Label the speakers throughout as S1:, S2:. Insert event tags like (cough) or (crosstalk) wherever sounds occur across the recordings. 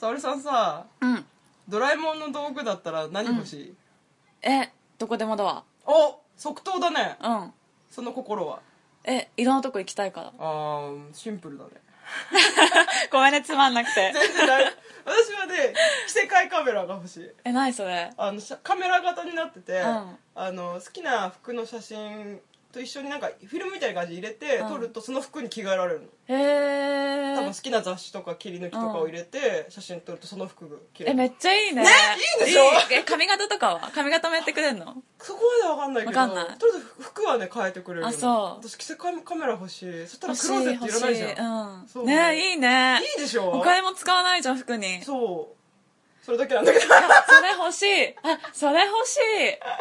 S1: 沙織さんさ
S2: うん
S1: ドラえもんの道具だったら何欲しい、
S2: えどこでもドア
S1: お即答だね
S2: うん
S1: その心は
S2: えいろんなとこ行きたいから
S1: あーシンプルだね
S2: ごめんねつまんなくて
S1: 全然ない私はね着せ替えカメラが欲しい
S2: (laughs) え何それ
S1: あのしゃカメラ型になってて、
S2: ん
S1: あの好きな服の写真と一緒になんかフィルムみたいな感じで入れて、
S2: うん
S1: 撮るとその服に着替えられるの
S2: へ
S1: 多分好
S2: え
S1: きな雑誌とか切り抜きとかを入れて、写真撮るとその服が着れ
S2: え
S1: る
S2: めっちゃいいね
S1: ねいいでしょ
S2: いえ髪型とかは髪型もやってくれんの
S1: そこまでわかんないけど
S2: わかんない
S1: とりあえず服はね変えてくれるの
S2: あそう
S1: 私着せ替えカメラ欲しいそしたら
S2: 欲
S1: ク
S2: し
S1: ローゼ
S2: い
S1: ット
S2: 欲
S1: い
S2: し
S1: らないじゃんい,、
S2: い
S1: そう
S2: うんねいいね
S1: いでしょ
S2: お金も使わないじゃん服に
S1: そうそれだけなんだけど
S2: それ欲しいあそれ欲しい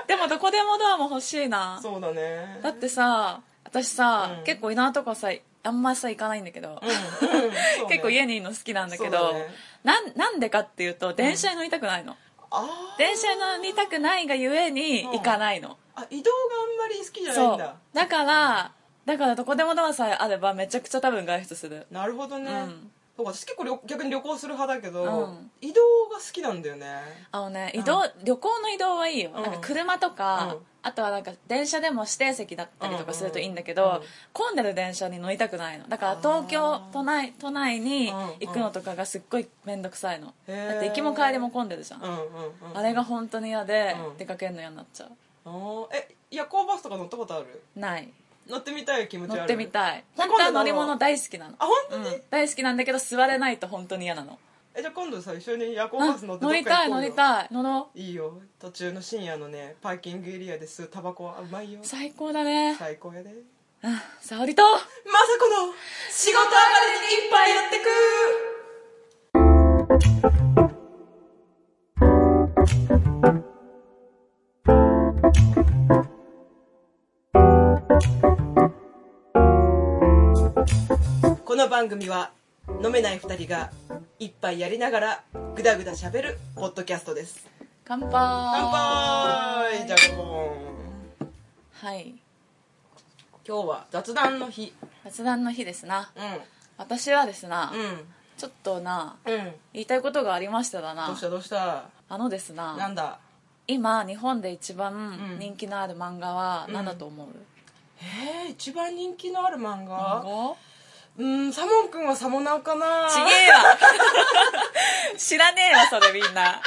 S2: でもどこでもドアも欲しいな
S1: そうだね
S2: だってさ私さ、
S1: うん
S2: 結構いろんなとこさあんまさ行かないんだけど、
S1: うんうんそうね
S2: 結構家にいるの好きなんだけ
S1: そう
S2: ど
S1: だね
S2: なんなんでかっていうと電車に乗りたくないの、
S1: あー
S2: 電車に乗りたくないがゆえに
S1: うん
S2: 行かないの、
S1: あ移動があんまり好きじゃない
S2: そ
S1: んだ
S2: うだからだからどこでもドアさえあればめちゃくちゃ多分外出する
S1: なるほどね、
S2: うん
S1: そうか私結構旅逆に旅行する派だけど、
S2: うん
S1: 移動が好きなんだよね
S2: あのね移動、旅行の移動はいいよ、
S1: うん
S2: なんか車とか、
S1: うん
S2: あとはなんか電車でも指定席だったりとかするといいんだけど、
S1: うんうん
S2: 混んでる電車に乗りたくないのだから
S1: あー
S2: 東京都内都内に行くのとかがすっごい面倒くさいの、
S1: へー
S2: だって行きも帰りも混んでるじゃん、
S1: うんうんうん
S2: あれが本当に嫌で、
S1: うん
S2: 出かけるの嫌になっちゃう
S1: あーえ夜行バスとか乗ったことある
S2: ない
S1: 乗ってみたい気持ちある
S2: 乗ってみたい
S1: じゃあ
S2: 本当は乗り物大好きなの
S1: あ本当に、
S2: うん、大好きなんだけど座れないと本当に嫌なの
S1: えじゃあ今度さ一緒に夜行バ
S2: あ
S1: ス乗って
S2: 乗りたい乗り
S1: い
S2: たい乗ろう
S1: いいよ途中の深夜のねパーキングエリアで吸うタバコはうまいよ
S2: 最高だね
S1: 最高やでま
S2: あ沙織と
S1: さこの仕事上がりに一杯やってくこの番組は飲めない二人が一杯やりながらぐだぐだしゃべるポッドキャストです
S2: 乾杯
S1: 乾杯じゃあ
S2: はい
S1: 今日は雑談の日
S2: 雑談の日ですな
S1: う
S2: 私はですな、
S1: んうん
S2: ちょっとな
S1: うん
S2: 言いたいことがありましただ
S1: ど
S2: な
S1: うしたどうした
S2: あのです
S1: な
S2: なん
S1: だ
S2: 今日本で一
S1: うん
S2: 番人気のある漫画は
S1: うん
S2: 何だと思う、
S1: えー、一番人気のある漫
S2: 漫
S1: 画
S2: 画
S1: うんサモン君はサモナーかな
S2: ちげえわ知らねえわそれみんな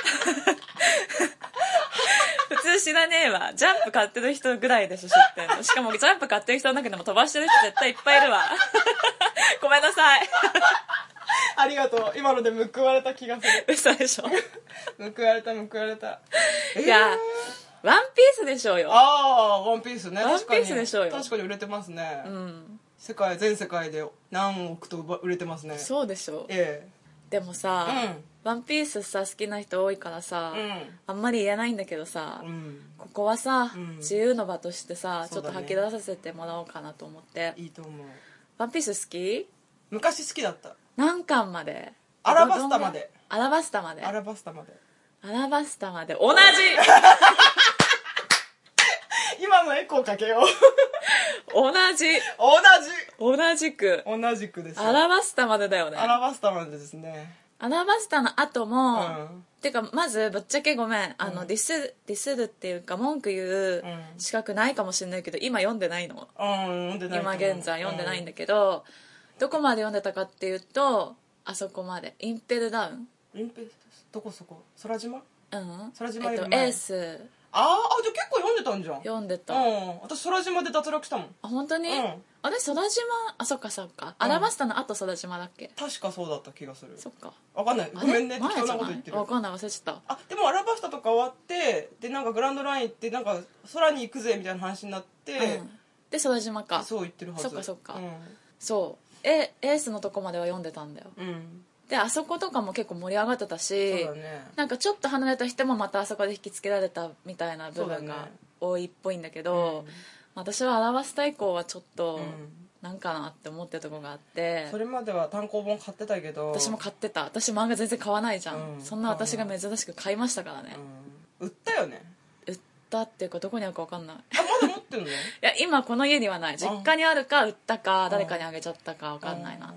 S2: 普通知らねえわジャンプ買ってる人ぐらいでしょ知ってんのしかもジャンプ買ってる人の中でも飛ばしてる人絶対いっぱいいるわごめんなさい
S1: ありがとう今ので報われた気がする
S2: 嘘でしょ
S1: 報われた報われたえー
S2: いやワンピースでしょうよ
S1: あーワンピースね
S2: ワンピース
S1: 確かに
S2: でしょうよ
S1: 確かに売れてますね、
S2: うん
S1: 世界全世界で何億と売れてますね
S2: そうでしょ
S1: え
S2: でも
S1: え
S2: さ、ワンピースさ好きな人多いからさ、
S1: うん
S2: あんまり言えないんだけどさ、
S1: うんうん
S2: ここはさ、
S1: うん
S2: 自由の場としてさ、ち
S1: そ
S2: ょ
S1: う
S2: っ
S1: だ
S2: と
S1: ね
S2: 吐き出させてもらおうかなと思って
S1: いいと思う
S2: ワンピース好き
S1: 昔好きだった
S2: 何巻まで
S1: アラバスタまで
S2: アラバスタまで
S1: アラバスタまで
S2: アラバスタまで同
S1: (laughs)
S2: じ
S1: 今のエコーかけよう
S2: 同じ
S1: 同じ
S2: 同じく
S1: 同じくです
S2: アラバスタまでだよね
S1: アラバスタまでですね
S2: アラバスタの後
S1: う
S2: も、
S1: ん
S2: てかまずぶっちゃけごめんあの、
S1: うん
S2: ディスディスるっていうか文句言う
S1: うん
S2: 資格ないかもしれないけど今読んでないの
S1: うん読んでないと
S2: 今
S1: 思う
S2: 現在読んでないんだけど、どこまで読んでたかっていうとあそこまでインペルダウン
S1: うん隠蔽どこそこ空島
S2: うん
S1: それ自
S2: え
S1: 前
S2: っ
S1: よ
S2: と
S1: り
S2: エ
S1: 前
S2: ース
S1: あーあじゃあ結構読んでたんじゃん
S2: 読んでた、あ
S1: うん私空島で脱落したもん
S2: 本当に、
S1: うん
S2: あれ空島あそっかそっか、アラバスタの後空島だっけ
S1: 確かそうだった気がする
S2: そっか
S1: わかんない
S2: あ
S1: ご
S2: れ
S1: めんね適
S2: 前
S1: 当
S2: じ
S1: な
S2: ゃ
S1: こと
S2: な
S1: 言っ
S2: い
S1: てる
S2: わかんない忘れちゃった
S1: あでもアラバスタとか終わってでなんかグランドライン行ってなんか空に行くぜみたいな話になって
S2: うん、で空島か
S1: そう言ってるはず
S2: そっかそっか
S1: う
S2: そうえエースのとこまでは読んでたんだよ
S1: んうん
S2: であそことかも結構盛り上がってた
S1: そう
S2: し、
S1: だね
S2: なんかちょっと離れた人もまたあそこで引きつけられたみたいな部
S1: そう
S2: 分
S1: だ
S2: が
S1: ね
S2: 多いっぽいんだけど、私は表した以降はちょっと
S1: うん
S2: なんかなって思ってるとこがあって、
S1: それまでは単行本買ってたけど
S2: 私も買ってた私漫画全然買わないじゃ
S1: う
S2: ん、
S1: ん
S2: そんな私が珍しく買いましたからね、
S1: うん売ったよね
S2: 売ったっていうかどこにあるか分かんない (laughs)
S1: あまだ持ってんの
S2: いや今この家にはない実家にあるか売ったか誰かにあげちゃったか分かんないな、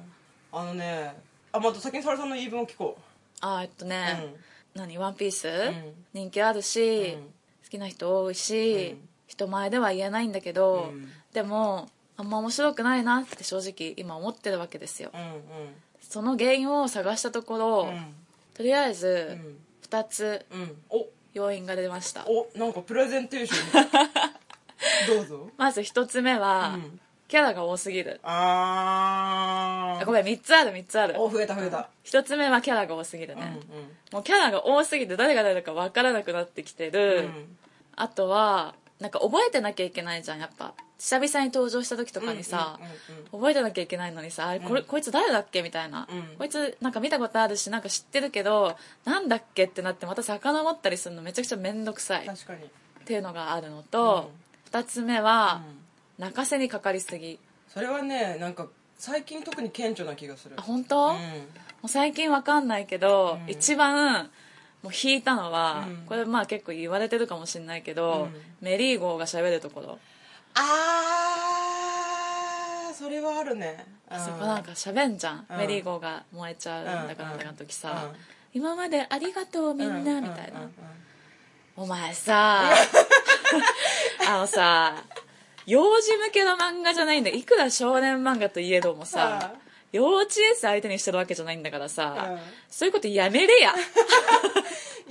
S1: あのねあまた先に沙織さんの言い分を聞こう
S2: あーえっとね、何「ワンピース、
S1: ん
S2: 人気あるし、
S1: うん
S2: 好きな人多いし、
S1: うん
S2: 人前では言えないんだけど、
S1: うん
S2: でもあんま面白くないなって正直今思ってるわけですよ
S1: うん
S2: その原因を探したところ、
S1: うん
S2: とりあえ
S1: う
S2: ず
S1: ん
S2: 2つ
S1: うんお
S2: 要因が出ました、
S1: おなんかプレゼンテーシ
S2: (laughs)
S1: ョンどうぞ
S2: まず1つ目は、
S1: うん
S2: キャラが多すぎる
S1: あー
S2: あごめん3つある3つある
S1: お増えた増えた
S2: 1つ目はキャラが多すぎる
S1: うんうん
S2: ね、もうキャラが多すぎて誰が誰だか分からなくなってきてる、あとはなんか覚えてなきゃいけないじゃんやっぱ久々に登場した時とかにさ、覚えてなきゃいけないのにさあれこれ、こいつ誰だっけみたいな、
S1: うん
S2: こいつなんか見たことあるしなんか知ってるけどなんだっけってなってまた遡ったりするのめちゃくちゃ面倒くさいっ
S1: 確かに
S2: ていうのがあるのと、二つ目は、泣かせにかかりすぎ
S1: それはねなんか最近特に顕著な気がする
S2: あ本当、
S1: う
S2: も
S1: ん
S2: う最近わかんないけど、
S1: うん
S2: 一番もう引いたのは、
S1: うん
S2: これまあ結構言われてるかもしれないけど、
S1: うん
S2: メリーゴーが喋るところ
S1: あーそれはあるねうん
S2: そこなんか喋んじゃん、
S1: うん
S2: メリーゴーが燃えちゃうんだか
S1: うん
S2: なんだかの時さ、
S1: うん
S2: 今までありがとうみんなみたいな、
S1: うんうん
S2: お前
S1: (laughs)
S2: さあのさ幼児向けの漫画じゃないんだいくら少年漫画といえどもさ、
S1: うん
S2: 幼稚園生相手にしてるわけじゃないんだからさ、
S1: うん
S2: そういうことやめれや
S1: う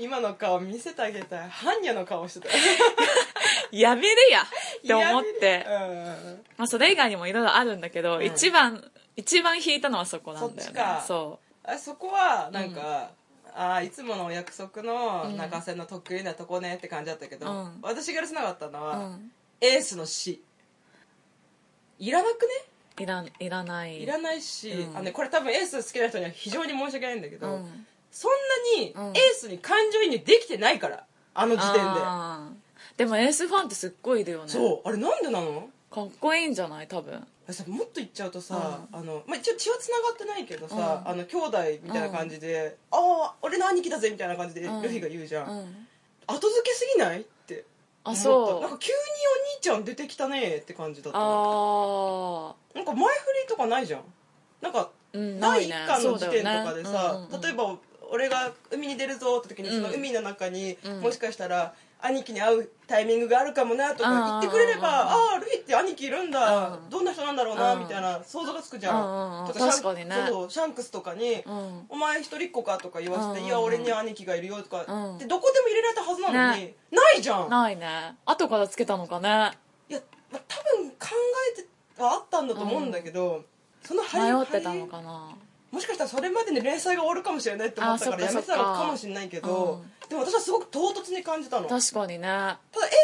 S1: ん今の顔見せてあげたい般若の顔してた
S2: (laughs) やめれやって思って、
S1: うん
S2: まあ、それ以外にもいろいろあるんだけど、
S1: ん
S2: 一番一番引いたのはそこなんだよね
S1: そっちか
S2: そ
S1: あそこはなんか、ああいつものお約束の中瀬の得意なとこねって感じだったけど、
S2: うん
S1: 私が許せなかったの
S2: う、う
S1: は、
S2: ん、
S1: エースの死いらなく
S2: いらんいらな
S1: ね
S2: い
S1: いらないし、
S2: うん
S1: あのね、これ多分エース好きな人には非常に申し訳ないんだけど、
S2: うん
S1: そんなにエ
S2: うん
S1: ースに感情移入できてないからあの時点で
S2: あーでもエースファンってすっごいいるよね
S1: そうあれなんでなの
S2: かっこいいんじゃない多分
S1: さもっと言っちゃうとさ、あのまあ、一応血はつながってないけどさ、
S2: うん
S1: あの兄弟みたいな感じで「ああ俺の兄貴だぜ」みたいな感じでルフィが言うじゃん、
S2: うん
S1: 後付けすぎないって
S2: あ
S1: 思った
S2: そ
S1: なん
S2: う
S1: か急にお兄ちゃん出てきたねって感じだった
S2: あ
S1: なんか前振りとかないじゃんなんか
S2: ーうんな
S1: 第
S2: い
S1: 一
S2: ね
S1: 巻の時点とかで
S2: そうだよ
S1: さ
S2: ねうんうんうん
S1: 例えば俺が海に出るぞって時に
S2: うん
S1: その海の中に
S2: うん
S1: もしかしたら兄貴に会うタイミングがあるかもなとか言ってくれれば
S2: うん
S1: ああールフィって兄貴いるんだ
S2: うん
S1: どんな人なんだろうな
S2: うん
S1: みたいな想像がつくじ
S2: うん
S1: ゃ
S2: うんん
S1: とシャン
S2: 確かにね
S1: そうシャンクスとかに
S2: うん
S1: 「お前一人っ子か?」とか言わせ
S2: う
S1: て「
S2: ん
S1: いや俺には兄貴がいるよ」とか
S2: うん
S1: でどこでも入れられたはずなのに
S2: ね
S1: ないじゃん
S2: ないね後からつけたのかね
S1: いや、まあ、多分考えてはあったんだと思うんだけど、その張り
S2: 迷ってたのかな
S1: もしかしたらそれまでに連載が終わるかもしれないって思ったか
S2: あ
S1: ら
S2: そ
S1: や
S2: っか
S1: めてたのかもしれないけど、でも私はすごく唐突に感じたのただエ
S2: 確かにね
S1: ー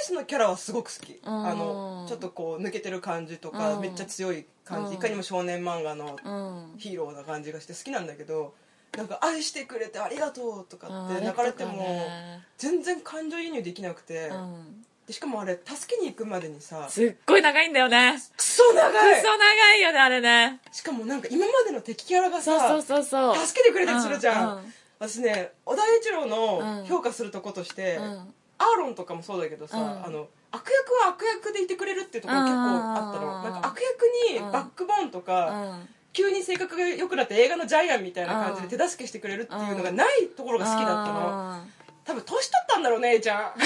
S1: スのキャラはすごく好き、
S2: ん
S1: あのちょっとこう抜けてる感じとか、
S2: うん
S1: めっちゃ強い感じ、
S2: うん
S1: いかにも少年漫画の
S2: うん
S1: ヒーローな感じがして好きなんだけどなんか「愛してくれてありがとう」とか
S2: あ
S1: って
S2: ー
S1: 泣かれて
S2: あれとか
S1: も
S2: ね
S1: 全然感情移入できなくて、
S2: うん
S1: でしかもあれ助けに行くまでにさ
S2: すっごい長いんだよね
S1: クソ
S2: ク
S1: 長い
S2: ソ長いよねあれね
S1: しかもなんか今までの敵キャラが
S2: そう
S1: さ
S2: そうそうそう
S1: 助けてくれたりするじゃん、
S2: うう
S1: 私ね小田栄一郎
S2: う
S1: の
S2: ん
S1: 評価するとことして、
S2: うん
S1: アーロンとかもそうだけどさ、
S2: うん
S1: あの悪役は悪役でいてくれるっていうところ結構あったの、
S2: うん
S1: なんか悪役にバックボーンとか、
S2: うん
S1: 急に性格が良くなって映画のジャイアンみたいな感じで手助けしてくれるっていうのがないところが好きだったの、
S2: あー
S1: 多分年取ったんだろうねえちゃん
S2: (laughs)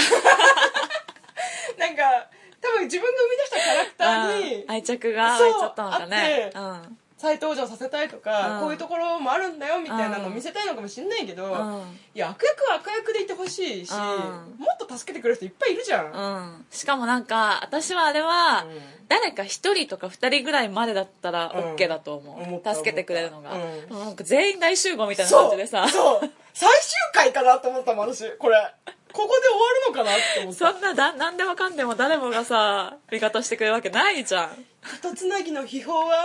S1: なんか多分自分が生み出したキャラクターに
S2: うん愛着が湧いちゃったのかね
S1: そう
S2: あって
S1: 再登場させたいとか、
S2: うん
S1: こういうところもあるんだよみたいなのを見せたいのかもしれないけど、
S2: うん、
S1: いや悪役は悪役でいてほしいし、
S2: うん
S1: もっと助けてくれる人いっぱいいるじゃん、
S2: うんうん、しかもなんか私はあれは、
S1: うん
S2: 誰か1人とか2人ぐらいまでだったら
S1: うん
S2: OK だと思う、
S1: 思った
S2: 助けてくれるのが、
S1: 思った
S2: でもなんか全員大集合みたいな感
S1: そ
S2: じ
S1: う
S2: でさそ
S1: そう最終回かなと思ったもん私これここで終わるのかなって思った
S2: んなだ何でもかんでも誰もがさ味方してくれるわけないじゃん
S1: 一つなぎの秘宝はみんな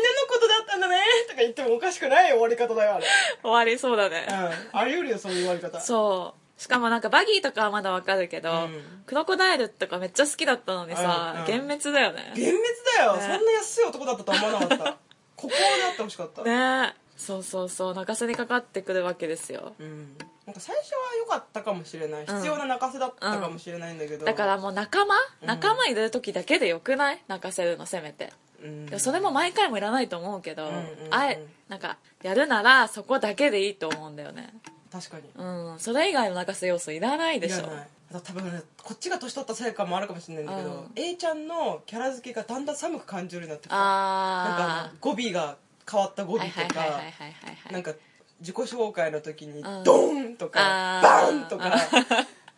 S1: のことだったんだねとか言ってもおかしくない終わり方だよあれ、
S2: 終わりそうだね、
S1: うん、あり得るよそういう終わり方
S2: そうしかもなんかバギーとかはまだわかるけど、
S1: うん
S2: クロコダイルとかめっちゃ好きだったのに
S1: うんう
S2: さ、
S1: ん
S2: 幻滅だよね
S1: 幻滅だよ、
S2: ね
S1: そんな安い男だったとは思わなかったここであってほしかった、
S2: ねそうそうそう泣かせにかかってくるわけですよ
S1: うんなんか最初は良かったかもしれない必要な泣かせだったかもしれないんだけど、
S2: だからもう仲間
S1: ん
S2: 仲間いる時だけでよくない泣かせるのせめて
S1: ううん
S2: でもそれも毎回もいらないと思うけど、
S1: うんうんうん
S2: あえなんかやるならそこだけでいいと思うんだよね
S1: 確かに
S2: うんそれ以外の泣かせ要素いらないでしょ
S1: いらないあと多分こっちが年取ったせいかもあるかもしれないんだけど
S2: うん
S1: A ちゃんのキャラ付けがだんだん寒く感じるようになってきたなんかあ
S2: あ
S1: の語尾が変わった語
S2: あ
S1: 尾
S2: はい
S1: と
S2: はいはい
S1: か
S2: はいはいはいは
S1: ないんか自己紹介の時に
S2: うん
S1: ドーンとか
S2: あー
S1: バーンとか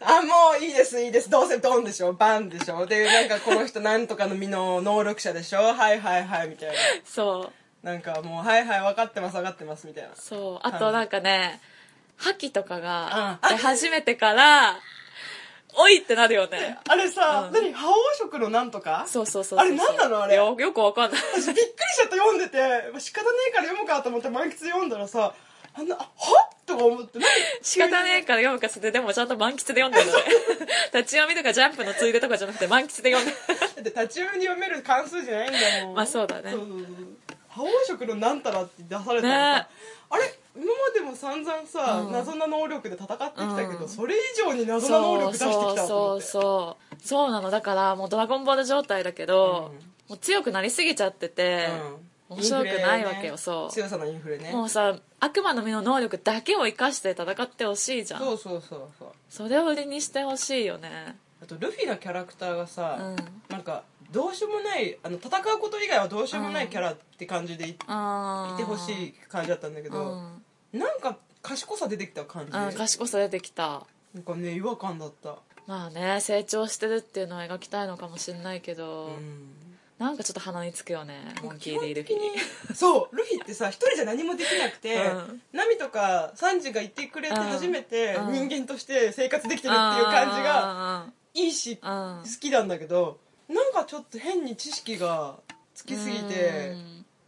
S1: あもういいですいいですどうせドンでしょバンでしょでなんかこの人なんとかの身の能力者でしょはいはいはいみたい
S2: そう
S1: ななんかもうはいはい分かってます分かってますみたいな
S2: そうあとなんかね覇気とかが
S1: うん
S2: 出始めてから「おい!」ってなるよね
S1: あれさ
S2: うん
S1: 何覇王色のなんとか
S2: そうそうそうそう
S1: あれ何なのあれ
S2: よよくわかんない
S1: 私びっくりしちゃって読んでて仕方ねえから読むかと思って満喫読んだらさあんな「はとか思って何
S2: 仕方ねえから読むかそれでもちゃんと満喫で読んでる
S1: (laughs)
S2: のね立ち読みとかジャンプのついでとかじゃなくて満喫で読んでる
S1: だって立ち読みに読める関数じゃないんだもん
S2: まあそうだね
S1: そうそうそう覇王色のなんたらって出されたらさ、
S2: ね
S1: あれ今までも散々さ、
S2: うん
S1: 謎な能力で戦ってきたけど、
S2: うん
S1: それ以上に謎な能力出してきたと思
S2: そう
S1: って
S2: そうそうそうなのだからもう「ドラゴンボール」状態だけど、
S1: うん
S2: もう強くなりすぎちゃってて、
S1: うん
S2: 面白くないわけよ
S1: インフレね
S2: そう
S1: 強さのインフレね
S2: もうさ悪魔の実の能力だけを生かして戦ってほしいじゃん
S1: そうそうそうそう
S2: それを売りにしてほしいよね
S1: あとルフィのキャラクターがさ、
S2: うん
S1: なんかどうしようもないあの戦うこと以外はどうしようもないキャラって感じでい,、
S2: あー
S1: てほしい感じだったんだけ
S2: う
S1: ど、
S2: ん、
S1: なんか賢さ出てきた感じ
S2: うん、賢さ出てきた
S1: なんかね違和感だった、
S2: まあね成長してるっていうのを描きたいのかもしれないけど、
S1: うん、
S2: なんかちょっと鼻につくよねモンキー・ディ・ルフ
S1: 基本
S2: ィ
S1: 的にそうルフィってさ一人じゃ何もできなくて、
S2: うん
S1: ナミとかサンジがいてくれて初めて
S2: う
S1: 人
S2: ん
S1: 間として生活できてるっていう感じがいいし好
S2: が
S1: きなんだけどなんかちょっと変に知識がつきすぎて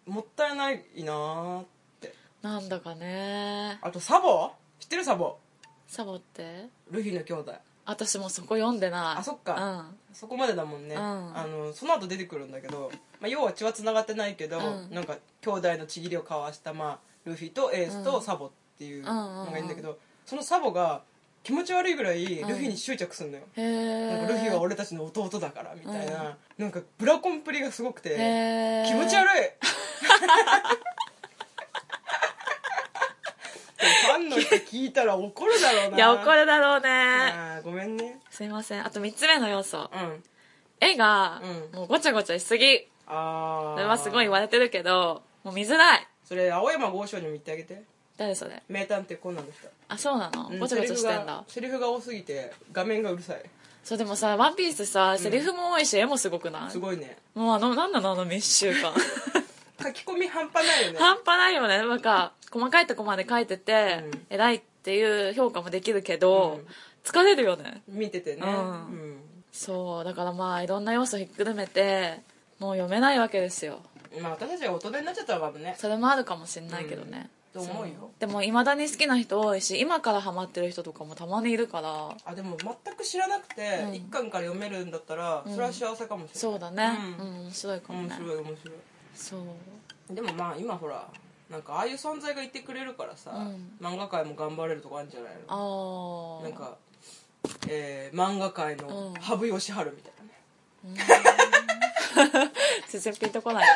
S1: もったいないなーって
S2: なんだかね
S1: あとサボ知ってるサボ
S2: サボって
S1: ルフィの兄弟
S2: 私もうそこ読んでない
S1: あそっかそこまでだもんね、
S2: うん
S1: あのその後出てくるんだけど、まあ、要は血はつながってないけど、
S2: うん
S1: なんか兄弟のちぎりを交わした、まあ、ルフィとエースとサボっていうのがいいんだけど、そのサボが気持ち悪いぐらいルフィに執着するのよ、
S2: うん、へ
S1: なん
S2: え
S1: かルフィは俺たちの弟だからみたいな、なんかブラコンプリがすごくて
S2: へえ
S1: 気持ち悪 (laughs) いでもファンの人聞いたら怒るだろうない
S2: や怒るだろうね
S1: あーごめんね
S2: すいませんあと3つ目の要素
S1: うん
S2: 絵が
S1: うん
S2: もうごちゃごちゃしすぎ
S1: ああ
S2: それはすごい言われてるけどもう見づらい
S1: それ青山剛昌にも言ってあげて
S2: 誰それ
S1: 名探偵コナンの人
S2: あそうなのごちゃごちゃしてんだ
S1: セリフがセリフが多すぎて画面がうるさい
S2: そうでもさ「ワンピースさセリフも多いし絵もすごくない
S1: すごいね
S2: もうあのなんなのあの密集
S1: (laughs)
S2: 感
S1: 書き込み半端ないよね
S2: 半端ないよねなんか細かいとこまで書いてて、
S1: うん
S2: 偉いっていう評価もできるけ
S1: う
S2: ど、
S1: ん
S2: 疲れるよね
S1: 見ててね
S2: うんそうだからまあいろんな要素ひっくるめてもう読めないわけですよ
S1: うんまあ私たちが大人になっちゃったのかもね
S2: それもあるかもしれないけどね、
S1: うんと思うよ
S2: そでもいまだに好きな人多いし今からハマってる人とかもたまにいるから
S1: あでも全く知らなくて
S2: うん
S1: 一巻から読めるんだったらそれは幸せかもしれ
S2: そうだね
S1: う
S2: うんん、面白いか
S1: ない
S2: も
S1: 面
S2: ね
S1: 白い面白
S2: そう
S1: いでもまあ今ほらなんかああいう存在がいてくれるからさ
S2: うん
S1: 漫画界も頑張れるとこあるんじゃないの (laughs)
S2: ああ
S1: なんか、えー漫画界の
S2: うん
S1: 羽生善治みたいなね、
S2: 全然ピンとこない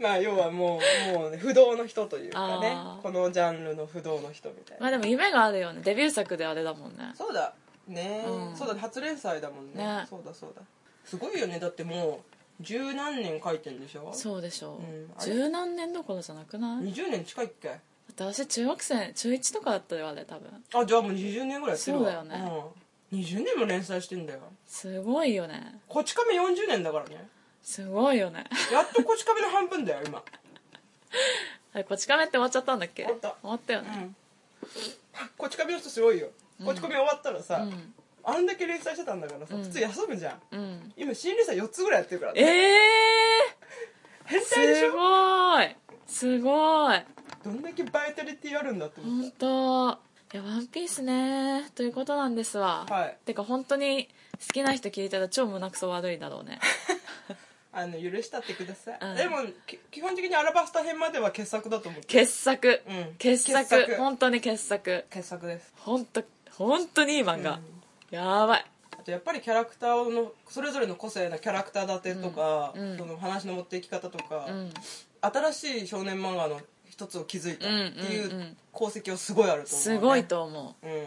S1: まあ要はもうもう、ね、不動の人というかね
S2: あー
S1: このジャンルの不動の人みたい
S2: ま
S1: な、
S2: あでも夢があるよねデビュー作であれだもんね
S1: そうだね、
S2: うん
S1: そうだね初連載だもんね
S2: ね
S1: そうだそうだすごいよねだってもう十何年書いてんでしょ
S2: そうでしょ
S1: うんあ
S2: う
S1: れ
S2: 十何年どころじゃなくないだ
S1: 20年近いっけ
S2: って私中学生中1とかだったよあれ多分
S1: あじゃあもう20年ぐらいやってるわ
S2: そうだよね、
S1: うん、20年も連載してんだよ
S2: すごいよね
S1: こち亀40年だからね
S2: すごいよね
S1: やっとこち亀の半分だよ今
S2: あれこち亀って終わっちゃったんだっけ
S1: 終わった
S2: よね、
S1: こち亀の人すごいよこち亀終わったらさ、
S2: うん
S1: あんだけ連載してたんだからさ、
S2: うん
S1: 普通休むじゃん
S2: うん
S1: 今新連載4つぐらいやってるから
S2: え
S1: ね
S2: え
S1: 変
S2: ー、
S1: 態でし
S2: す
S1: ょ
S2: ごいすごい
S1: どんだけバイタリティあるんだって思っ
S2: 本当いや「ワンピースねということなんですわ、
S1: たはい
S2: てか本当に好きな人聞いたら超胸くそ悪いだろうね
S1: あの許したってください、
S2: うん
S1: でもき基本的にアラバスタ編までは傑作だと思って
S2: 傑作、
S1: うん
S2: 傑作
S1: 傑作
S2: 本当に傑作
S1: 傑作です
S2: 本当本当にいい漫画、
S1: うん
S2: やばい
S1: あとやっぱりキャラクターのそれぞれの個性なキャラクター立てとか、
S2: うんうん
S1: その話の持っていき方とか、
S2: うん
S1: 新しい少年漫画の一つを築いたってい
S2: んうんう
S1: うん功績はすごいあると思う、ね、
S2: すごいと思う
S1: うん
S2: い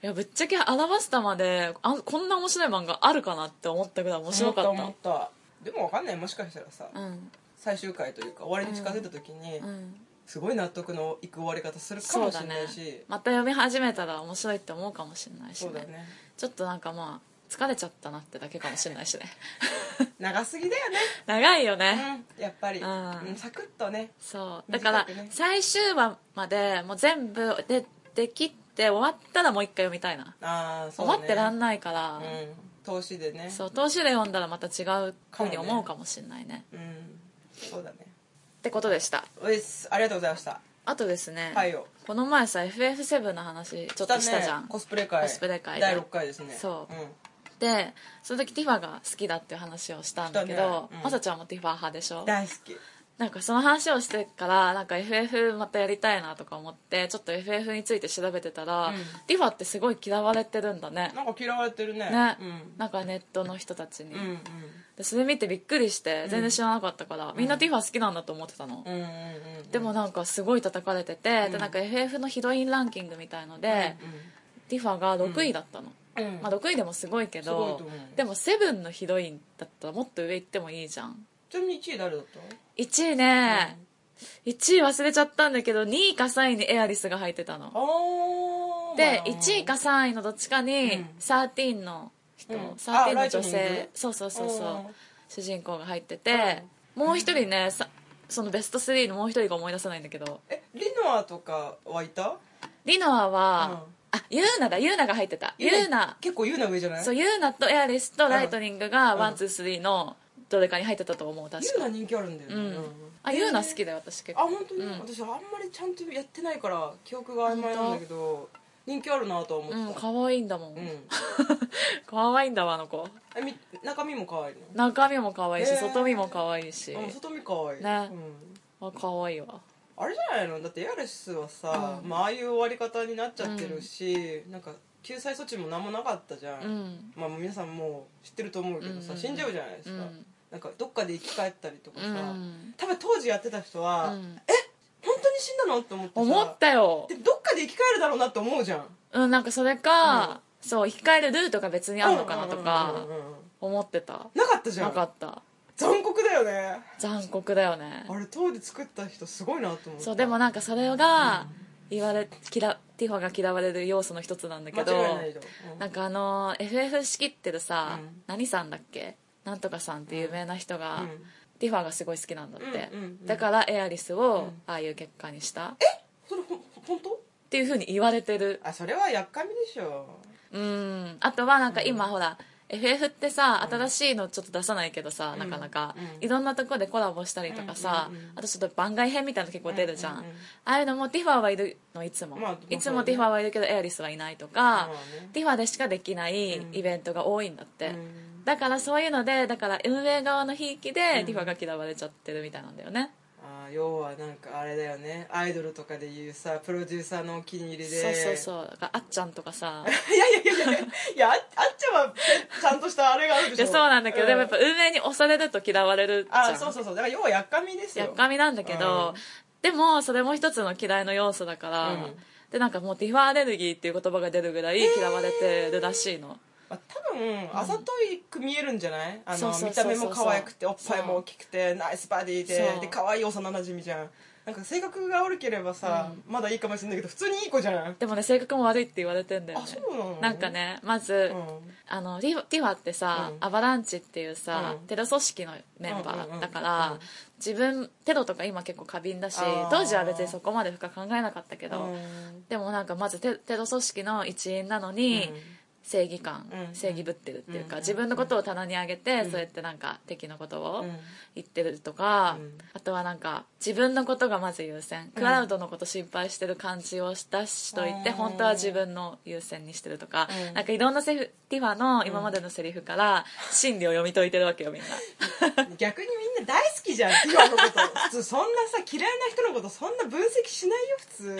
S2: やぶっちゃけ「アラバスタ」まであこんな面白い漫画あるかなって思ったぐらい面白かった
S1: 思った思ったでもわかんないもしかしたらさ、
S2: うん
S1: 最終回というか終わりに近づいた時に、
S2: うん
S1: すごい納得のいく終わり方するか
S2: そ
S1: も
S2: う
S1: し
S2: だ
S1: れない
S2: ね
S1: し
S2: また読み始めたら面白いって思うかもしれないし
S1: そうだ
S2: ね
S1: ね
S2: ちょっとなんかまあ疲れちゃったなってだけかもしれないしね (laughs)
S1: 長すぎだよね
S2: 長いよね
S1: うんやっぱり、
S2: うん
S1: うんサクッとね
S2: そうだから
S1: 短くね
S2: 最終話までもう全部出てきて終わったらもう一回読みたいな
S1: ああそう
S2: 終
S1: ね
S2: わってらんないから
S1: うん投資でね
S2: そう投資で読んだらまた違うふうに思うかもしれないね
S1: うんそうだね
S2: ってことでした
S1: おいっすありがとうございました
S2: あとですね、
S1: はいよ
S2: この前さ FF7 の話ちょっとしたじゃん、
S1: ね、コスプレ会
S2: コスプレ会で
S1: 第6回ですね
S2: そう
S1: うん、
S2: でその時ティファが好きだっていう話をしたんだけ
S1: し
S2: ど
S1: たねうん
S2: まさ、ちゃんもティファ派でしょ
S1: 大好き
S2: なんかその話をしてからなんか FF またやりたいなとか思ってちょっと FF について調べてたら、
S1: うん
S2: ティファってすごい嫌われてるんだね
S1: なんか嫌われてるね
S2: ね、
S1: うん
S2: なんかネットの人たちに、
S1: うん
S2: でそれ見てびっくりして全然知らなかったから、みんなティファ好きなんだと思ってたの、
S1: うんうんうんうん
S2: でもなんかすごい叩かれてて、
S1: うん
S2: でなんか FF のヒロインランキングみたいので、ティファが6位だったの、
S1: うんうん
S2: まあ、6位でもすごいけ
S1: すごい
S2: ど
S1: と思う
S2: でもセブンのヒロインだったらもっと上行ってもいいじゃん
S1: ちなみに1位誰だった
S2: 1位ね、1位忘れちゃったんだけど2位か3位にエアリスが入ってたの
S1: あー
S2: で
S1: まあ
S2: 1位か3位のどっちか
S1: う
S2: に
S1: ん
S2: 13の人、
S1: うんあ
S2: 13の女
S1: ライトニング
S2: 性そうそうそう
S1: う
S2: そ
S1: ん
S2: う主人公が入ってて、もう一人ねさそのベスト3のもう一人が思い出せないんだけど
S1: えリノアとかはいた
S2: リノアは、あユーナだユーナが入ってたユーナ
S1: 結構ユーナ上じゃない
S2: そう
S1: ユ
S2: ユーナとエアリスとライトニングが
S1: うん
S2: ワンツースリーのどれかに入ってたと思う確
S1: ーナ
S2: か
S1: 人気あるんだよね、
S2: うんあユーナ好きだよ私結
S1: あ
S2: 構
S1: 本当に、
S2: うん
S1: 私あんまりちゃんとやってないから記憶が曖昧なんだけど人気あるなとは思っ
S2: う
S1: てた、
S2: ん可愛いんだも
S1: う
S2: ん、
S1: ん
S2: (laughs) 可愛いんだわあの子
S1: えみ中身も可愛いの
S2: 中身も可愛いし、
S1: へー
S2: 外見も可愛いし、
S1: あ外見可愛い
S2: ね
S1: うん
S2: あ可愛いわ
S1: あれじゃないのだってヤレスはさ、
S2: うん
S1: まあ、ああいう終わり方になっちゃってるし、なんか救済措置も何もなかったじゃん、
S2: うん
S1: まあ、皆さんもう知ってると思うけどさ、
S2: うん
S1: 死んじゃうじゃないです
S2: う
S1: か、
S2: ん
S1: なんかどっかで生き返ったりとかさ、
S2: うん
S1: 多分当時やってた人は、
S2: うん
S1: 本当に死んだのって思ってさ
S2: 思ったよ
S1: で、もどっかで生き返るだろうなって思うじゃん
S2: うん、なんかそれか、そう生き返るルートが別にあるのかなとか
S1: うんうんうんうん
S2: 思ってた
S1: なかったじゃ
S2: なんかった
S1: 残酷だよね
S2: 残酷だよね
S1: あれ当時作った人すごいなと思った
S2: そうでもなんかそれが言われ嫌ティファが嫌われる要素の一つなんだ
S1: 間
S2: けど
S1: 違いないよ、うん
S2: なんかあのー FF 仕切ってるさ、
S1: うん
S2: 何さんだっけなんとかさんって有名な人が、
S1: うん
S2: ティファがすごい好きなんだって、
S1: うんうんうん
S2: だからエアリスを
S1: うん
S2: ああいう結果にしたっ
S1: それほん本当
S2: ていうふうに言われてる
S1: あそれはやっかみでしょ
S2: うんあとはなんか今ほら、FF ってさ新しいのちょっと出さないけどさ、
S1: うん
S2: なかなか、
S1: うん
S2: いろんなとこでコラボしたりとかさ、
S1: うんうんうん
S2: あとちょっと番外編みたいなの結構出るじゃん、
S1: うんうんうん
S2: ああいうのもティファーはいるのいつも、
S1: まあ
S2: いつもティファーはいるけどエアリスはいないとか、
S1: まあね
S2: ティファーでしかできない
S1: うん
S2: イベントが多いんだって、
S1: うん
S2: だからそういうのでだから運営側のひいきで、
S1: うん
S2: ティファーが嫌われちゃってるみたいなんだよね
S1: あー要はなんかあれだよねアイドルとかでいうさプロデューサーのお気に入りで
S2: そうそうそうだからあっちゃんと
S1: (laughs)
S2: かさ
S1: いやいやいやいやいやああっちゃんはちゃんとしたあれがあるで
S2: い
S1: しょ
S2: やそうなんだけど、でもやっぱ運営に押されると嫌われるじゃ
S1: あ
S2: ん
S1: そうそうそうだから要はやっかみですよ
S2: やっかみなんだけど、でもそれも一つの嫌いの要素だから、
S1: うん
S2: でなんかもうティファアレルギーっていう言葉が出るぐらい嫌われてるらしいの、
S1: まあ、多分あざといく見えるんじゃないあ
S2: そう
S1: の
S2: そう
S1: 見
S2: そう
S1: た
S2: そう
S1: 目も可愛くておっぱいも大きくてナイスバディで
S2: そう
S1: で可愛い幼なじみじゃんなんか性格が悪ければさ、まだいいかもしれないけど普通にいい子じゃん、
S2: でもね性格も悪いって言われてんだよね
S1: あそうなの
S2: なんかねまず、
S1: うん
S2: あのティファティファってさ、
S1: うん
S2: アバランチっていうさ、
S1: うん
S2: テロ組織のメンバーだから、
S1: うんうんうんうん
S2: 自分テロとか今結構過敏だし
S1: あー
S2: 当時は別にそこまで深く考えなかったけど、
S1: うん
S2: でもなんかまずテテロ組織の一員なのに、
S1: うん
S2: 正義感、
S1: うん
S2: 正義ぶってるっていうか、
S1: うん
S2: 自分のことを棚に上げて、
S1: ん
S2: そうやってなんか敵のこと
S1: う
S2: を
S1: ん
S2: 言ってるとか、
S1: うん
S2: あとはなんか自分のことがまず優先、クラウドのこと心配してる感じを出しといて、
S1: うん
S2: 本当は自分の優先にしてるとか、
S1: うん
S2: なんかいろんなセフティファの今までのセリフから心理を読み解いてるわけよみんな。
S1: 逆にみんな大好きじゃんティファのこと (laughs) 普通そんなさ嫌いな人のことそんな分析しないよ普通、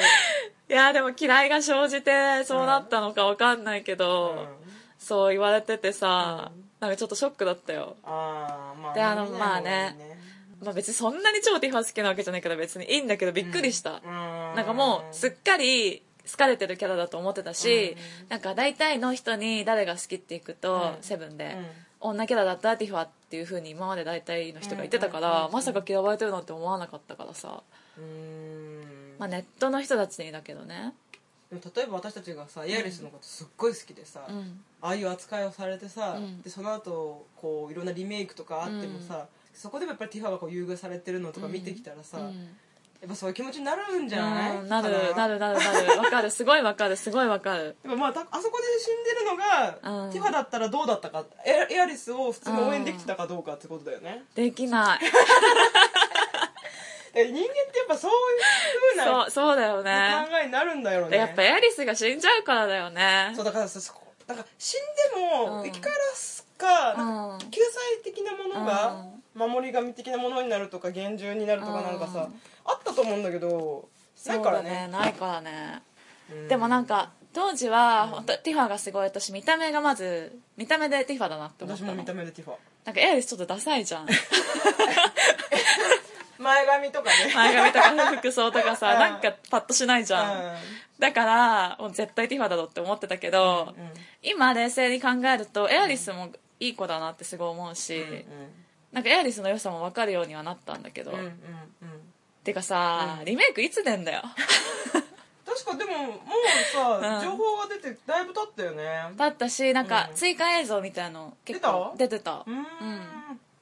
S2: いやーでも嫌いが生じてそうなったのかわかんないけど、
S1: うん
S2: そう言われててさ、なんかちょっとショックだったよ、
S1: ああまあ
S2: であの
S1: 見ない方がいい
S2: ままあ、別にそんなに超ティファ好きなわけじゃないから別にいいんだけどびっくりした、なんかもうすっかり好かれてるキャラだと思ってたし、なんか大体の人に誰が好きっていくと、
S1: うん
S2: セブンで、
S1: うん
S2: 女キャラだったティファっていうふうに今まで大体の人が言ってたか
S1: うんうん
S2: ら、
S1: うんうん
S2: まさか嫌われてるなんて思わなかったからさ、
S1: うーん
S2: まあ、ネットの人たちにだけどね
S1: でも例えば私たちがさエアリスのことすっごい好きでさ、
S2: うん
S1: ああいう扱いをされてさ、
S2: うん
S1: でその後こういろんなリメイクとかあってもさ、そこでもやっぱりティファがこう優遇されてるのとか見てきたらさ、
S2: う
S1: や
S2: ん
S1: っぱそういう気持ちになるんじゃない、
S2: うんなる
S1: か
S2: なるなるなるわかるすごいわかるすごいわかる
S1: でもまあ、たあそこで死んでるのが、
S2: うん
S1: ティファだったらどうだったかエアエアリスを普通に応援できたかどうかってことだよね、
S2: できない
S1: だから人間ってやっぱそういうふう
S2: (laughs) そうそうだよ
S1: な
S2: ね
S1: 考えになるんだよね
S2: でやっぱエアリスが死んじゃうからだよね
S1: (laughs) そうだからさそこだから死んで
S2: う
S1: も
S2: ん
S1: 生き返らすか,、なんか
S2: うん
S1: 救済的なものが、守り神的なものになるとか厳重になるとかなんかさ、
S2: うん
S1: あったと思うんだけどな
S2: そ
S1: いうか
S2: だ
S1: ら
S2: ね
S1: ね
S2: ないからね
S1: うん
S2: でもなんか当時は本当ティファがすごい私見た目がまず見た目でティファだなって思っ
S1: 私
S2: たの
S1: も見
S2: な
S1: た
S2: んか
S1: 目でティファ
S2: エアリスちょっとダサいじゃん
S1: (laughs) 前髪 (laughs) とかね
S2: 前髪とか服装とかさ
S1: うん
S2: なんかパッとしないじゃんだからもう絶対ティファだろって思ってたけど
S1: うんうん
S2: 今冷静に考えるとエアリスもいい子だなってすごい思うし、なんかエアリスの良さも分かるようにはなったんだけど、
S1: うんうんうん
S2: てかさ、
S1: うん
S2: リメイクいつ出んだよ
S1: 確かでももう
S2: うん
S1: さ情報が出てだいぶ経ったよね
S2: だったしなんか
S1: うん
S2: 追加映像みたいの結構出
S1: 出
S2: て
S1: う
S2: た
S1: ーん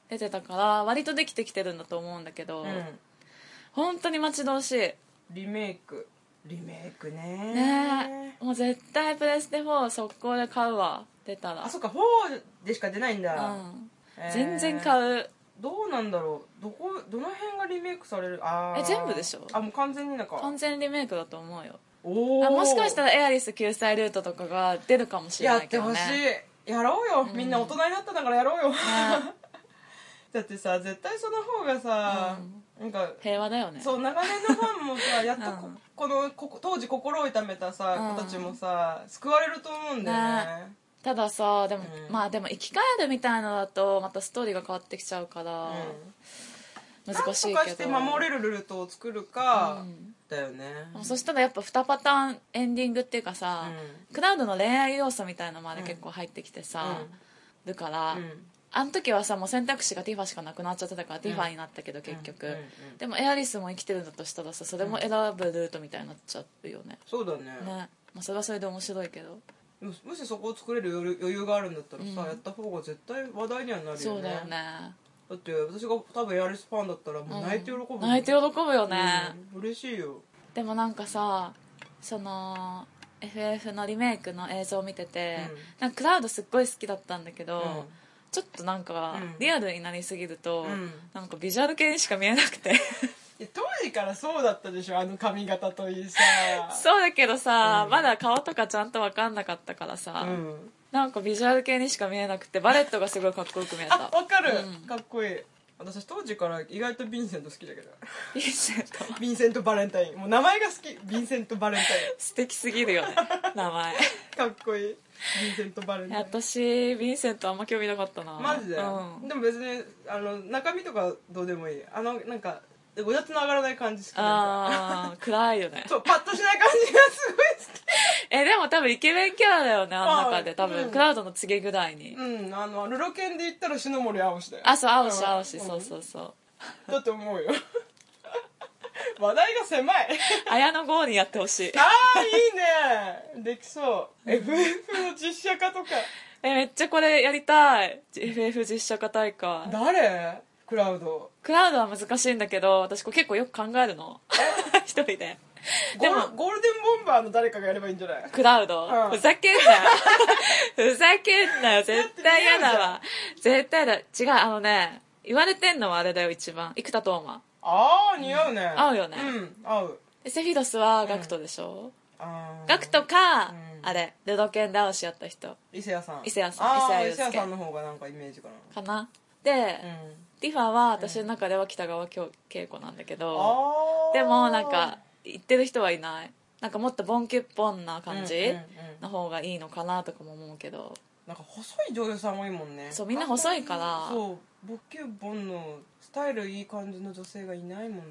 S2: 出てたから割とできてきてるんだと思うんだけど、
S1: うん
S2: 本当に待ち遠しいね
S1: リメイクリメイクね
S2: えもう絶対プレステ4速攻で買うわ出たら
S1: あそっか4でしか出ないんだ、
S2: うん
S1: えー
S2: 全然買う
S1: どうなんだろうどこどの辺がリメイクされるあー
S2: え全部でしょ
S1: あもう完全になんか
S2: 完全リメイクだと思うよ
S1: おー
S2: あもしかしたらエアリス救済ルートとかが出るかもしれ
S1: や
S2: な
S1: っ
S2: い
S1: て
S2: けど
S1: ほ
S2: ね
S1: しいやろうよ、みんな大人になったんだからやろうよ
S2: ね
S1: (laughs) だってさ絶対その方がさ、なんか
S2: 平和だよね
S1: そう長年のファンもさやっとこ,、
S2: (laughs) うん
S1: このここ当時心を痛めたさ、
S2: うん
S1: 子たちもさ救われると思うんだよね
S2: たださでも、
S1: うん
S2: まあでも生き返るみたいのだとまたストーリーが変わってきちゃうから、
S1: うん、
S2: 難しい
S1: なんとか
S2: け
S1: して
S2: ど
S1: 守れるルートを作るか、
S2: うん
S1: だよね
S2: でもそしたらやっぱ2パターンエンディングっていうかさ、クラウドの恋愛要素みたいなのまで結構入ってきてさ、るから、
S1: うんうん
S2: あの時はさもう選択肢がティファしかなくなっちゃってたから、ティファになったけど結局、
S1: うんうんうん
S2: でもエアリスも生きてるんだとしたらさそれも選ぶルートみたいになっちゃうよね、
S1: そうだね
S2: ね、まあ、それはそれで面白いけど、
S1: もしもしそこを作れる余裕余裕があるんだったらさ、
S2: うん
S1: やった方が絶対話題にはなるよね
S2: そうだよね
S1: だって私が多分エアリスファンだったらもう泣いて喜ぶ、
S2: うん泣いて喜ぶよね、
S1: うん嬉しいよ
S2: でもなんかさその FF のリメイクの映像を見てて、
S1: うん
S2: なんかクラウドすっごい好きだったんだけど、
S1: うん
S2: ちょっとなんか
S1: うん
S2: リアルになりすぎると、
S1: うん
S2: なんかビジュアル系にしか見えなくて
S1: (laughs) いや当時からそうだったでしょあの髪型といいさ
S2: そうだけどさ、
S1: うん
S2: まだ顔とかちゃんと分かんなかったからさ、
S1: ん、
S2: なんかビジュアル系にしか見えなくてバレットがすごいかっこよく見
S1: (laughs)
S2: え
S1: あ
S2: た
S1: わかる、
S2: うん
S1: かっこいい私当時から意外とヴィンセント好きだけど
S2: ヴィンセント
S1: ヴィンセント・バレンタインもう名前が好きヴィンセント・バレンタイ
S2: 素敵すぎるよね
S1: (laughs)
S2: 名前
S1: ンかっこいいヴィンセント・バレンタイン
S2: 私ヴィンセントあんま興味なかったな
S1: マジで、
S2: うん、
S1: でも別にあの中身とかどうでもいいあのなんかごだつの上がらない感じ好きなんか
S2: ああ暗いよね
S1: そうパッとしない感じがす
S2: えでも多分イケメンキャラだよねあの中で
S1: はい
S2: 多
S1: う
S2: 分
S1: ん
S2: クラウドの告げぐらいに、
S1: ごい好きうんあのルロケンで言ったら篠森青しだよ
S2: あそう青し青し、
S1: うん
S2: そうそ
S1: (laughs)
S2: うそう
S1: だって思うよ (laughs) 話題が狭
S2: (laughs)
S1: い
S2: 綾野剛にやってほしい
S1: ああいいねできそう FF の実写化とか
S2: えめっちゃこれやりたい FF 実写化大会
S1: 誰クラウド
S2: クラウドは難しいんだけど私これ結構よく考えるの (laughs) 一人で
S1: ゴ
S2: で
S1: ー
S2: も
S1: ルゴールデンボンバーの誰かがやればいいんじゃない
S2: クラウド、
S1: うん
S2: ふざけん
S1: (laughs)
S2: なよふざけんなよ絶対嫌だわ絶対だ違うあのね言われてんのはあれだよ一番生田斗真
S1: ああ似合うね、
S2: 合うよね
S1: うん合う
S2: でセフィロスはガクトでしょ、
S1: あー
S2: ガクトか、
S1: うん
S2: あれルドケンダウシやった人
S1: 伊勢谷さん
S2: 伊勢谷さん
S1: あー伊
S2: 伊
S1: 勢谷
S2: 勢谷友
S1: さ
S2: 介
S1: んの方がなんかイメージかな
S2: かなで、
S1: うん
S2: ティファは私の中では北川京恵子なんだけど、
S1: あー
S2: でもなんか言ってる人はいないなんかもっとボンキュッポンな感
S1: うん
S2: じ
S1: うんうん
S2: の方がいいのかなとかも思うけど、
S1: なんか細い女優さん多いもんね
S2: そうみんな細いから
S1: そうボケボンのスタイルいい感じの女性がいないもんね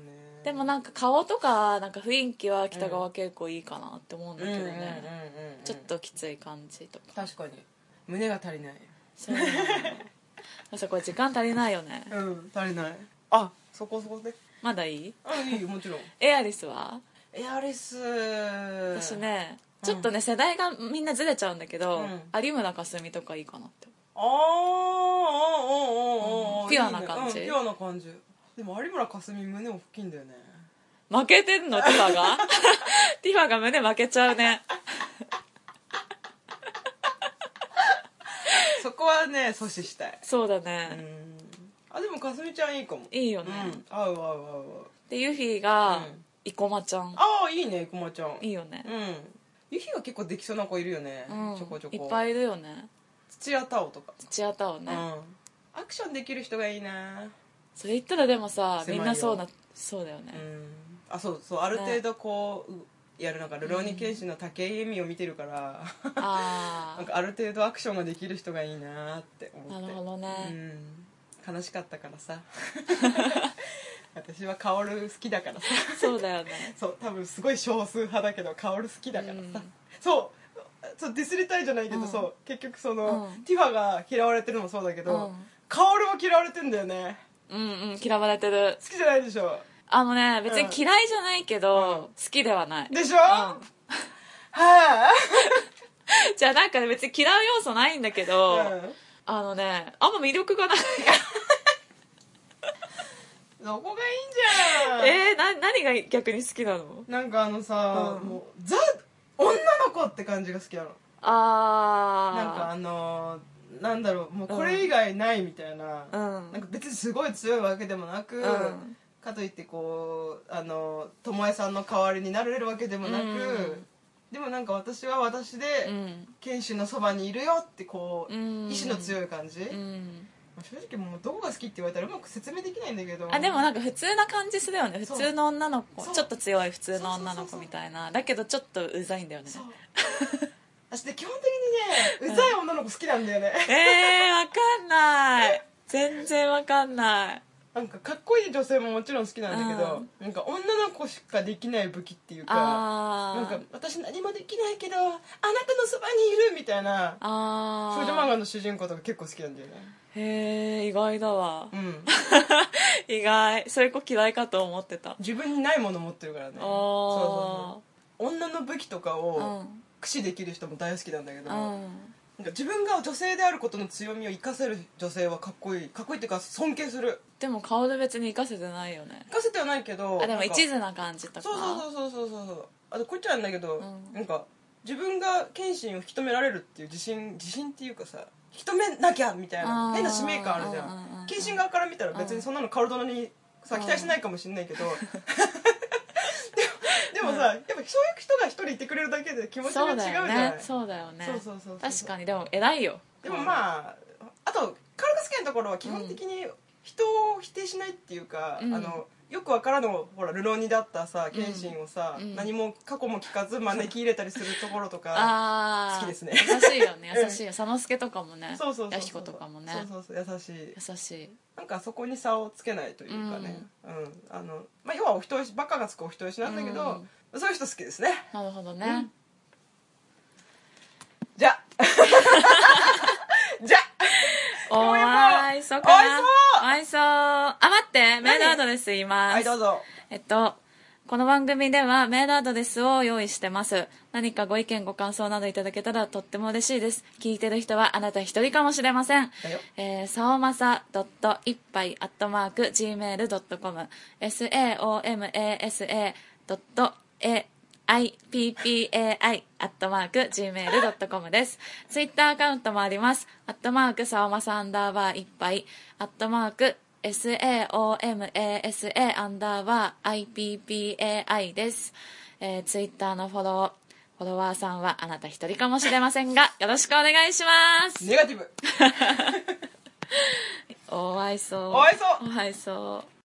S2: でもなんか顔とかなんか雰囲気は北川景子いいかなって思うんだけど
S1: う
S2: ね、
S1: んうんうんうん
S2: ちょっときつい感じとか
S1: 確かに胸が足りない
S2: そうなの (laughs) そうこれ時間足りないよね
S1: うん足りないあそこそこで
S2: まだいい
S1: あいいよも
S2: (laughs)
S1: ちろん
S2: エアリスは
S1: エアリス
S2: 私ねちょっとね、世代がみんなずれちゃうんだけど、
S1: う
S2: 有村架純とかいいかなって
S1: あーあーあーあーあー
S2: うんピュアな感じ
S1: いいねうんピュアな感じでも有村架純胸も大きいんだよね
S2: 負けてんのティフ
S1: (laughs)
S2: ァがティファが胸負けちゃうね
S1: そこはね阻止したい
S2: そうだ
S1: う
S2: ね、
S1: んあでもかすみちゃんいいかも
S2: いいよ
S1: う
S2: ね、
S1: ん合う合う合う合う
S2: でユフィが、
S1: うん
S2: 生駒ちゃん
S1: ああいいねくまちゃん
S2: いいよね
S1: うんゆきが結構できそうな子いるよね、
S2: うん
S1: ちょこちょこ
S2: いっぱいいるよね
S1: 土屋太鳳とか、
S2: 土屋太鳳ね、
S1: うんアクションできる人がいいな
S2: それ言ったらでもさ
S1: 狭い
S2: み
S1: よ
S2: んなそうなそうだよね
S1: う、んあそうそうある程度こう、うやるなんか「ルローニケンシン」の武井絵美を見てるから、
S2: あ
S1: なんかある程度アクションができる人がいいなって思
S2: あ
S1: って
S2: なるほどね、
S1: うん、悲しかったから
S2: (laughs)
S1: さ私は薫好きだからさ
S2: そうだよね
S1: そう多分すごい少数派だけど薫好きだからさ、
S2: うん
S1: そうそうディスりたいじゃないけど、
S2: うん
S1: そう結局その、
S2: うん
S1: ティファが嫌われてるのもそうだけ
S2: う
S1: ど
S2: ん
S1: 薫、も嫌われてんだよね
S2: うんうん嫌われてる
S1: 好きじゃないでしょ
S2: あのね別に嫌いじゃないけど、
S1: うん
S2: 好きではない、
S1: でしょ、
S2: うん
S1: (laughs) はい、
S2: (laughs) じゃあなんかね別に嫌う要素ないんだけど、
S1: う
S2: あのねあんま魅力がない
S1: ん、そこがいいんじゃん
S2: (laughs) えー、な何が逆に好きなの
S1: なんかあのさ、
S2: うん
S1: もうザ女の子って感じが好きなのなんか
S2: あ
S1: あのーなんだろうもうこれ以外ないみたいな、
S2: ーなん
S1: なんか別にすごい強いわけでもなく、
S2: うん
S1: かといってこうあの巴さんの代わりになれるわけでもなく、
S2: うん
S1: でもなんか私は私で、
S2: うん
S1: 賢秀のそばにいるよってこう、
S2: うん
S1: 意志の強い感じ、
S2: う
S1: ま
S2: ん
S1: あ正直もうどこが好きって言われたらうまく説明できないんだけど
S2: あでもなんか普通な感じするよね普
S1: そう
S2: 通の女の
S1: そ
S2: 子
S1: う
S2: ちょっと強い普通の
S1: そうそうそう
S2: 女の子みたいなだけどちょっとうざいんだよね
S1: そう私で基本的にねうざい女の子好きなんだよね、 (laughs)
S2: えー、わかんない全然わかんない
S1: なんかかっこいい女性ももちろん好きなんだけど、なんか女の子しかできない武器っていうか
S2: あー
S1: なんか私何もできないけどあなたのそばにいるみたいな
S2: あ
S1: 少
S2: ー
S1: 女漫画の主人公とか結構好きなんだよね
S2: へえ意外だわ (laughs)
S1: うん
S2: 意外そういう子嫌いかと思ってた
S1: 自分にないもの持ってるからね
S2: あ
S1: そ
S2: あ
S1: うそうそう女の武器とかを
S2: うん
S1: 駆使できる人も大好きなんだけど、なんか
S2: うん
S1: 自分が女性であることの強みを生かせる女性はかっこいいかっこいいっていうか尊敬する
S2: でも顔で別に活かせてないよね
S1: 生かせてはないけど
S2: あでも
S1: なんか
S2: 一途な感じとか
S1: そうそうそうそうそうそうあとこっちなんだけど、
S2: うん
S1: なんか自分が謙信を引き止められるっていう自信自信っていうかさ引き止めなきゃみたい
S2: あ
S1: な
S2: ー
S1: 変な使命感あるじ
S2: うんうんうん
S1: ゃ
S2: うんん
S1: 謙信側から見たら別にそんなのカルドナにさ
S2: うん
S1: 期待しないかもしれないけどでもでもさやっぱそういう人が一人いてくれるだけで気持ちが
S2: そ
S1: 違
S2: う
S1: うじゃ
S2: だよ
S1: ない
S2: ねそうだよね
S1: そうそうそうそう
S2: 確かにでも偉いよ
S1: でもまああとカルカスケのところは基本的に人を否定しないっていうか、
S2: うん
S1: あのよくわからんのほらルローニだったさ謙信をさ、
S2: うん
S1: 何も過去も聞かず招き入れたりするところと
S2: (laughs)
S1: か
S2: ああ
S1: 好きですね
S2: 優しいよね
S1: うん
S2: 優しいよ佐之助とかもね
S1: そうそうそう
S2: や
S1: そ
S2: ひ
S1: う
S2: ことかもね
S1: そうそうそう優しい
S2: 優しい
S1: なんかそこに差をつけないというかね、うんあのまあ、要はお人よしバカがつくお人よしなんだけど、そういう人好きですね
S2: なるほどね
S1: じ
S2: (laughs)
S1: ゃあじゃあ
S2: お
S1: もやもや
S2: ーいそうかな
S1: お
S2: おいそうあ待ってメールアドレス言います
S1: はいどうぞ
S2: えっと、この番組ではメールアドレスを用意してます。何かご意見、ご感想などいただけたらとっても嬉しいです。聞いてる人はあなた一人かもしれません
S1: だよ。
S2: えー、さおまさ .1 杯 .gmail.com saomasa.iPPAI アットマーク gmail.com です。ツイッターアカウントもあります。アットマークさおまさアンダーバー一杯、アットマーク SAOMASA アンダーバー IPPAI です。えー、ツイッターのフォロー、フォロワーさんはあなた一人かもしれませんが、よろしくお願いします。
S1: ネガティブ
S2: お会いそう。
S1: お会いそう
S2: お会いそう。